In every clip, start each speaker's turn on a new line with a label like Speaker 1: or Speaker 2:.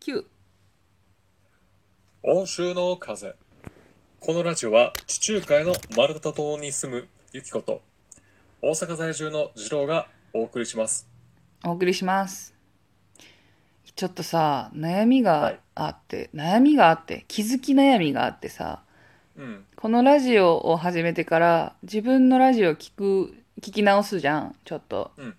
Speaker 1: 9
Speaker 2: 欧州の風このラジオは地中海のマルタ島に住むユキコと大阪在住の次郎がお送りします
Speaker 1: お送りしますちょっとさ悩みがあって、悩みがあって気づき悩みがあってさ
Speaker 2: うん
Speaker 1: このラジオを始めてから自分のラジオ聞く聞き直すじゃんちょっと
Speaker 2: うんうん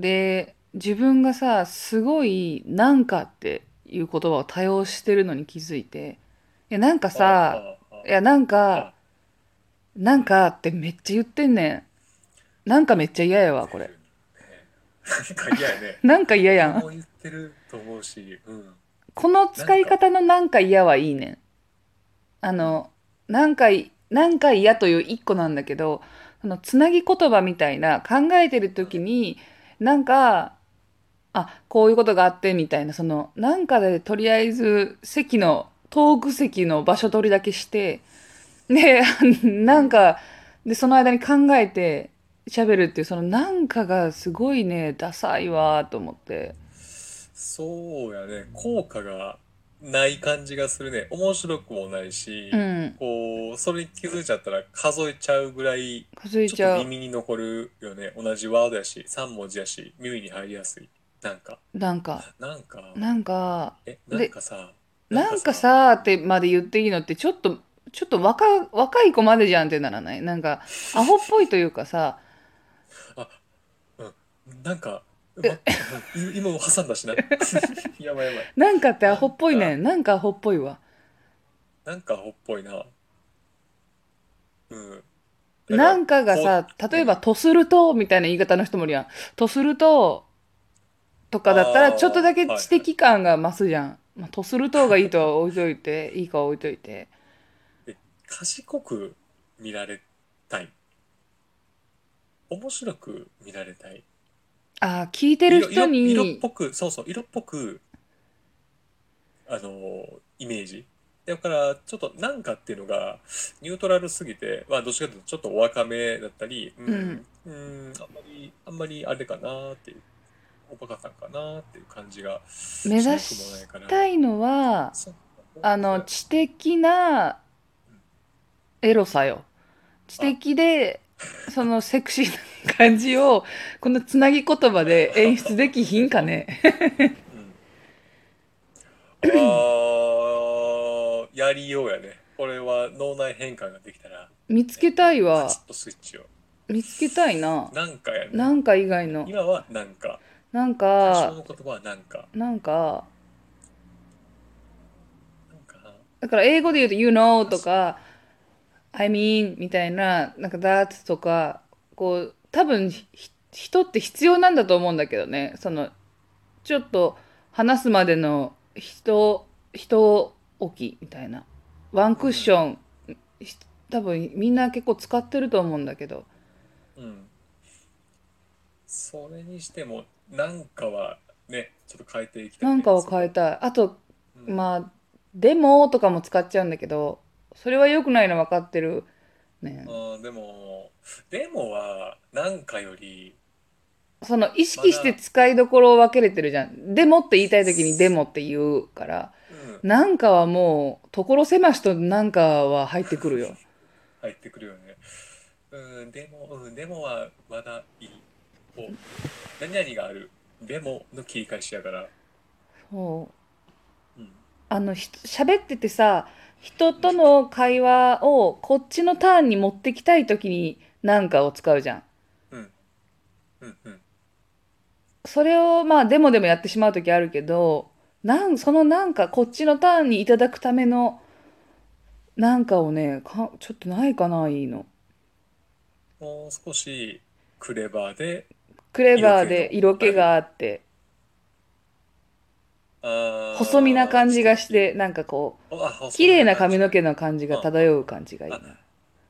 Speaker 1: で自分がさすごい「なんか」っていう言葉を多用してるのに気づいて「いやなんかさ
Speaker 2: あ
Speaker 1: いやなんか
Speaker 2: あ
Speaker 1: なんか」ってめっちゃ言ってんねんなんかめっちゃ嫌やわ これ
Speaker 2: なんか嫌やね
Speaker 1: なんか嫌やん
Speaker 2: もう言ってると思うしうん
Speaker 1: この使い方の「なんか嫌」はいいねんあの「なんかいなんか嫌」という一個なんだけどそのつなぎ言葉みたいな考えてる時になんかあこういうことがあってみたいなそのなんかでとりあえず席の遠く席の場所取りだけしてでなんかでその間に考えて喋るっていうそのなんかがすごいねダサいわーと思って
Speaker 2: そうやね効果がない感じがするね面白くもないし、
Speaker 1: うん
Speaker 2: こうそれに気づいちゃったら数えちゃうぐらい
Speaker 1: 数え
Speaker 2: ち
Speaker 1: ち
Speaker 2: ょっ
Speaker 1: ゃ
Speaker 2: と
Speaker 1: う。
Speaker 2: 耳に残るよね同じワードやし3文字やし耳に入りやすいなんか
Speaker 1: なんか、
Speaker 2: なんか
Speaker 1: なんか、
Speaker 2: え
Speaker 1: で
Speaker 2: なんかさ
Speaker 1: なんかさーってまで言っていいのって、ちょっと、ちょっと若、若い子までじゃんってならないなんか、アホっぽいというかさ、
Speaker 2: なんかま今も挟んだしな やばいやばい
Speaker 1: なんかってアホっぽいねん。なんかアホっぽいわ。
Speaker 2: なんかアホっぽいなうん
Speaker 1: なんかがさ、
Speaker 2: こう
Speaker 1: 例えば、とすると、みたいな言い方の人もいるやん。とすると、とかだったら、
Speaker 2: あー
Speaker 1: ちょっとだけ知的感が増すじゃん。まあ、とするとがいいとは置いといて、 いいかは置いといて。
Speaker 2: 賢く見られたい面白く見られたい
Speaker 1: ああ、聞いてる人に、
Speaker 2: 色色っぽくそうそう色っぽくあのーイメージだからちょっとなんかっていうのがニュートラルすぎて、まあ、どっちかというとちょっとお若めだったりうん、うんあんまりあんまりあれかなっていうおバカさんかなっていう感じが
Speaker 1: 目指
Speaker 2: しな
Speaker 1: し
Speaker 2: くもないか
Speaker 1: たいのは
Speaker 2: ら、そう
Speaker 1: あの知的なエロさよ知的でそのセクシーな感じをこのつなぎ言葉で演出できひんかね
Speaker 2: うんあーやりようやねこれは脳内変換ができたら
Speaker 1: 見つけたい
Speaker 2: パ
Speaker 1: わ
Speaker 2: チッとスイッチを
Speaker 1: 見つけたいな
Speaker 2: なんかやね
Speaker 1: なんか以外の
Speaker 2: 今はなんか
Speaker 1: なん
Speaker 2: 最初
Speaker 1: か
Speaker 2: の言葉はなんか
Speaker 1: なんか
Speaker 2: なんか
Speaker 1: だから英語で言うと「you know」とか「I mean」みたいななんか「that」とかこう多分ひ人って必要なんだと思うんだけどねそのちょっと話すまでの人人置きみたいなワンクッションひ多分みんな結構使ってると思うんだけど
Speaker 2: うんそれにしてもなんかはねちょっと変えていきたい
Speaker 1: な
Speaker 2: ね
Speaker 1: んかは変えたいあと
Speaker 2: うん
Speaker 1: まあ「でも」とかも使っちゃうんだけどそれは良くないの分かってるね
Speaker 2: うんでもでもはなんかより
Speaker 1: その意識して使いどころを分けれてるじゃん。でもって言いたい時にでもって言うから、
Speaker 2: うん
Speaker 1: なんかはもう、所狭しとなんかは入ってくるよ。
Speaker 2: 入ってくるよね。うん、でも、うん、でもはまだいい。こう、何々がある。でもの切り返しやから。
Speaker 1: そう。
Speaker 2: うん。
Speaker 1: あの、ひ喋っててさ、人との会話をこっちのターンに持ってきたい時になんかを使うじゃん。
Speaker 2: うん、うん。
Speaker 1: それをまあでもでもやってしまう時あるけど、なん、そのなんかこっちのターンにいただくためのなんかをね、か、ちょっとないかな、いいの。
Speaker 2: もう少しクレバーで、
Speaker 1: クレバーで色気があって。
Speaker 2: あー
Speaker 1: 細身な感じがし。て、なんかこ
Speaker 2: あ、細
Speaker 1: う、
Speaker 2: 身
Speaker 1: 綺麗な髪の
Speaker 2: 毛。
Speaker 1: 毛の感じが漂う感じがいいな
Speaker 2: あ。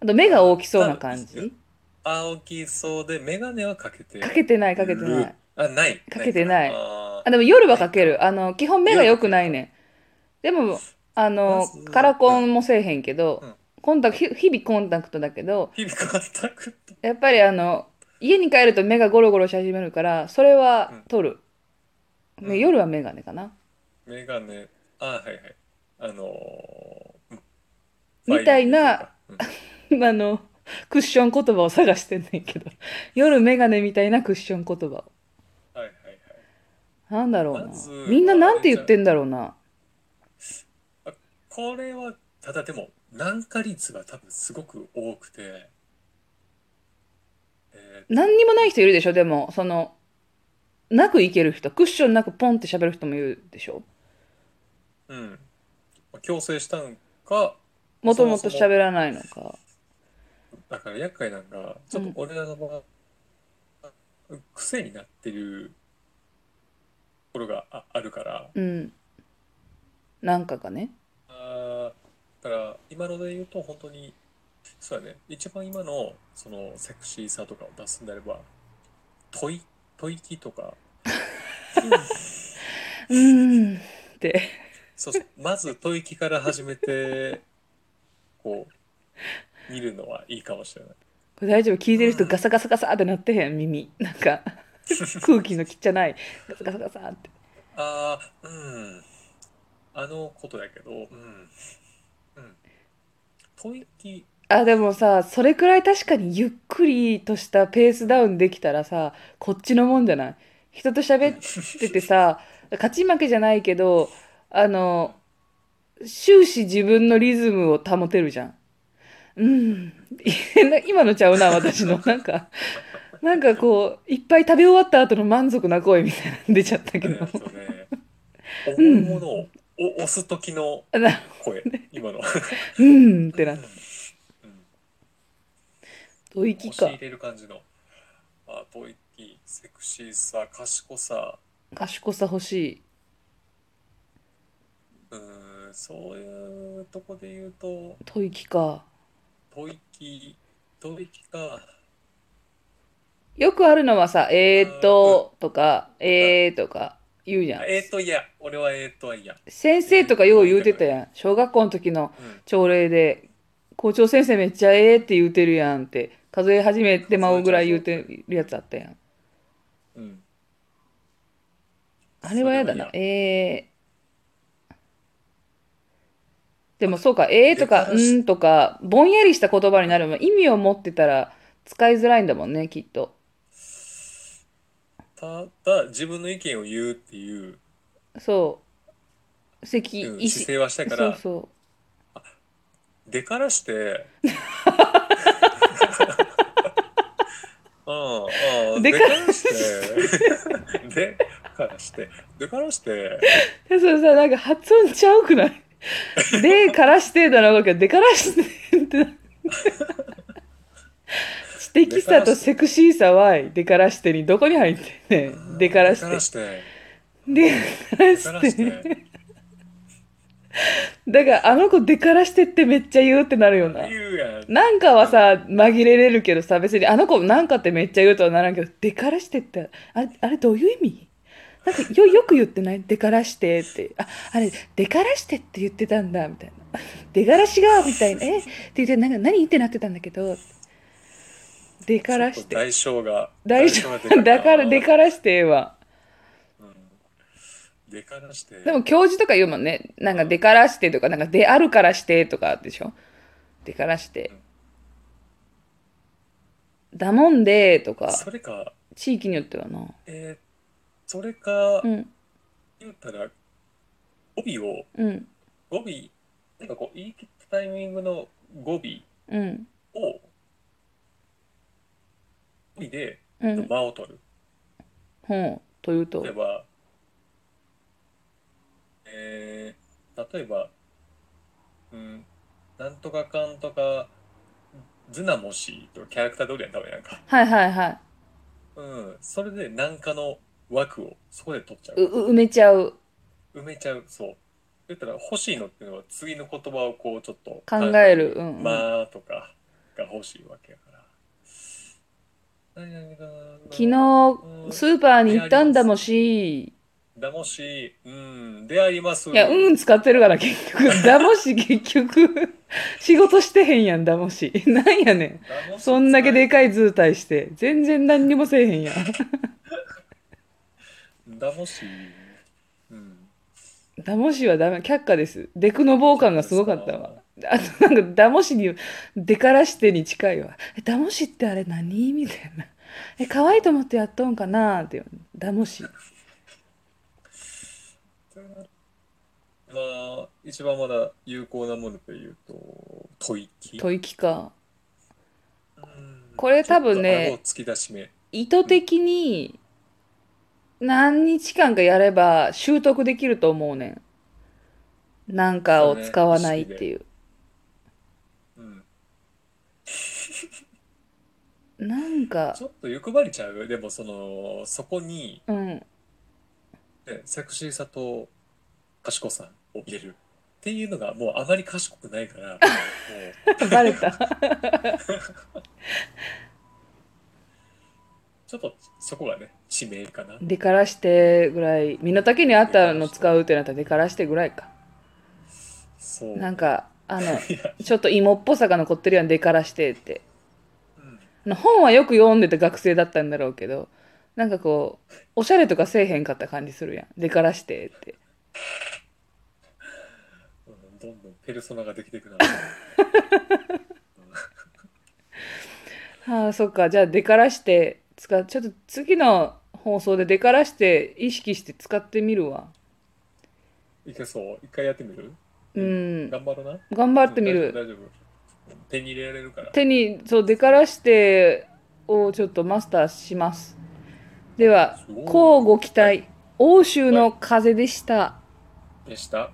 Speaker 1: あと目が大きそうな感じ
Speaker 2: 青きそうで、メガネはかけて。
Speaker 1: かけてないかけてな
Speaker 2: る
Speaker 1: い。。
Speaker 2: あ、ない。
Speaker 1: かけてない
Speaker 2: あ
Speaker 1: あ、でも夜はかける。あの、基本目が良くないねん。でも、あ
Speaker 2: ま
Speaker 1: の
Speaker 2: ず、
Speaker 1: カラコンもせえへんけど
Speaker 2: うん、
Speaker 1: コンタクト、ひ日々コンタクトだけど、
Speaker 2: ー日々コンタクト。
Speaker 1: やっぱりあの、家に帰ると目がゴロゴロし始めるから、それは取る。
Speaker 2: うん
Speaker 1: ね夜はメガネかな。
Speaker 2: メガネ、あ、はいはい。あのーうん
Speaker 1: みたいな
Speaker 2: ファイル
Speaker 1: あの、クッション言葉を探してんねんけど。夜メガネみたいなクッション言葉を。
Speaker 2: というかうんはいはいはい。
Speaker 1: なんだろうな
Speaker 2: まず。
Speaker 1: みんななんて言ってんだろうな。
Speaker 2: これは、ただでも、軟化率が多分すごく多くて、えー
Speaker 1: 何にもない人いるでしょ、でも。その、なくいける人。クッションなくポンって喋る人もいるでしょ。
Speaker 2: うん。強制したんか、
Speaker 1: もともと喋らないのか。
Speaker 2: だから厄介なんが、ちょっと俺らの場合癖になってるところがああるから、
Speaker 1: うん。なんかがね。
Speaker 2: あーだから今ので言うと本当にそうやね一番今のそのセクシーさとかを出すんであれば吐息吐息とかう
Speaker 1: うー
Speaker 2: ん
Speaker 1: ん。って。
Speaker 2: そうそうまず吐息から始めてこう見るのはいいかもしれない
Speaker 1: これ大丈夫聞いてる人ガサガサガサってなってへん耳。なんか、空気のきっちゃない。ガサガサガサって。
Speaker 2: ああうんあのことやけどうんうん吐息
Speaker 1: あ、でもさ、それくらい確かにゆっくりとしたペースダウンできたらさ、こっちのもんじゃない人と喋っててさ、勝ち負けじゃないけど、あの、終始自分のリズムを保てるじゃん。うん。 今のちゃうな、私の。なんか、なんかこう、いっぱい食べ終わった後の満足な声みたいなの出ちゃったけ
Speaker 2: え
Speaker 1: ど
Speaker 2: っ。とね重いものをお押す時の
Speaker 1: あな
Speaker 2: 声今の
Speaker 1: うんってなった。
Speaker 2: うん
Speaker 1: 吐息
Speaker 2: 押し
Speaker 1: か
Speaker 2: 入。れる感じのあボイティセクシーさ賢さ
Speaker 1: 賢さ欲しい。
Speaker 2: うーんそういうとこで言うと
Speaker 1: 吐息か。
Speaker 2: ボイティボイティか
Speaker 1: よくあるのはさ、えーっと、とか、えーとか言うじゃん
Speaker 2: あ。えっ、といや俺はえっ、といや、
Speaker 1: 先生とかよう言うてたやん。小学校の時の
Speaker 2: うん、
Speaker 1: 朝礼で、校長先生めっちゃええって言うてるやんって、数え始めてまうぐらい言うてるやつあったやん。
Speaker 2: うん、
Speaker 1: あれはやだな。
Speaker 2: それは
Speaker 1: えー。でもそうか、えーとか、
Speaker 2: で
Speaker 1: うーんとか、ぼんやりした言葉になるもん意味を持ってたら使いづらいんだもんね、きっと。
Speaker 2: ただ自分の意見を言うっていう、
Speaker 1: そう。席、
Speaker 2: うん
Speaker 1: 意思
Speaker 2: 姿勢はしたか
Speaker 1: そう
Speaker 2: ら
Speaker 1: そう。
Speaker 2: 出からして うんうん
Speaker 1: 出か
Speaker 2: 出かららして出からして出からして
Speaker 1: でそれさ、なんか発音ちゃうくないで、からしてだな、わけど、でからしてってな。知的さとセクシーさは、でからしてにどこに入ってんねん。でからし
Speaker 2: 出から
Speaker 1: て。
Speaker 2: して
Speaker 1: でから
Speaker 2: 出から
Speaker 1: し
Speaker 2: して
Speaker 1: て。だから、あの子でからしてってめっちゃ言うってなるよな。
Speaker 2: 言うやん
Speaker 1: なんかはさ、紛れれるけどさ、別に、あの子なんかってめっちゃ言うとはならんけど、でからしてって、あれ、あれどういう意味なんかよ、よく言ってないでからしてって。あ、あれ、でからしてって言ってたんだ、みたいな。でからしが、みたいな。えって言って、なんか何ってなってたんだけど、でからし
Speaker 2: ちょっと
Speaker 1: て。
Speaker 2: 代償が
Speaker 1: 大丈
Speaker 2: 代償
Speaker 1: 夫。
Speaker 2: が出
Speaker 1: だから、でからしては。
Speaker 2: うん出からして
Speaker 1: でも教授とか言うもんね。なんか、でからしてとか、なんか、であるからしてとかでしょ。でからして。だもんでとか、
Speaker 2: それか
Speaker 1: 地域によってはな。
Speaker 2: えーそれか
Speaker 1: うん、
Speaker 2: 言ったら帯を
Speaker 1: うん、
Speaker 2: 語尾なんかこう言い切ったタイミングの語尾
Speaker 1: うん、
Speaker 2: を語尾で
Speaker 1: うん。
Speaker 2: 間を取る
Speaker 1: ほう、というと
Speaker 2: 例え。ばえー例えばうんなんとかかんとかズナモシとキャラクター通りやん多分やんか
Speaker 1: はいはいはい。
Speaker 2: うん、それで何かの枠をそこで取っちゃ
Speaker 1: う、
Speaker 2: う。
Speaker 1: う埋めちゃう。
Speaker 2: 埋めちゃう。そう。言ったら欲しいのっていうのは次の言葉をこうちょっと
Speaker 1: 考える。うんうん。
Speaker 2: まあとかが欲しいわけやから。何々が
Speaker 1: 昨日、スーパーに行ったんだもし。
Speaker 2: だもし、うん、であります。
Speaker 1: いや、うん使ってるから結局。だもし結局。仕事してへんやん、だもし。なんやねん。
Speaker 2: だもし
Speaker 1: そんだけでかい図体して、全然何にもせえへんやん。
Speaker 2: だもし、うん。
Speaker 1: ダモシはダメ、却下です。デクノボー感がすごかったわ。あとなんか、ダモシに、デからしてに近いわ。え、ダモシってあれ何みたいな。え、可愛いと思ってやっとんかなって言う。ダモシ。
Speaker 2: まあ、一番まだ有効なものというと、吐息。
Speaker 1: 吐息か。
Speaker 2: うん
Speaker 1: これ多分ね
Speaker 2: ちょっと顎突き出し目。
Speaker 1: 意図的に、何日間かやれば習得できると思うねん。なんかを使わないっていう。
Speaker 2: うん。
Speaker 1: なんか
Speaker 2: ち、ょっと欲張りちゃう。でも、その、そこに、
Speaker 1: うん。
Speaker 2: ねセクシーさと賢さを入れる。っていうのが、もうあまり賢くな いから、もう
Speaker 1: バレた。
Speaker 2: ちょっとそこがね、致命かな。
Speaker 1: でからしてぐらい、身の丈に合ったの使うってなったらでからしてぐらいか。
Speaker 2: そう。
Speaker 1: なんか、あの、
Speaker 2: いや、
Speaker 1: ちょっと芋っぽさが残ってるやん、でからしてって。
Speaker 2: うん。
Speaker 1: あの本はよく読んでた学生だったんだろうけど、なんかこう、おしゃれとかせえへんかった感じするやん。でからしてって。
Speaker 2: うんどんどんペルソナができていくな。
Speaker 1: ああ、そっか。じゃあ、でからして、使っ、ちょっと次の放送ででからして、意識して使ってみるわ。
Speaker 2: いけそう。一回やってみる
Speaker 1: うん。
Speaker 2: 頑張ろうな。
Speaker 1: 頑張ってみ
Speaker 2: うん
Speaker 1: る。
Speaker 2: 大丈夫、大丈夫。手に入れられるから。
Speaker 1: 手に、そう、でからしてをちょっとマスターします。では、
Speaker 2: すごい
Speaker 1: 乞うご期待。欧州の風でした。
Speaker 2: でした。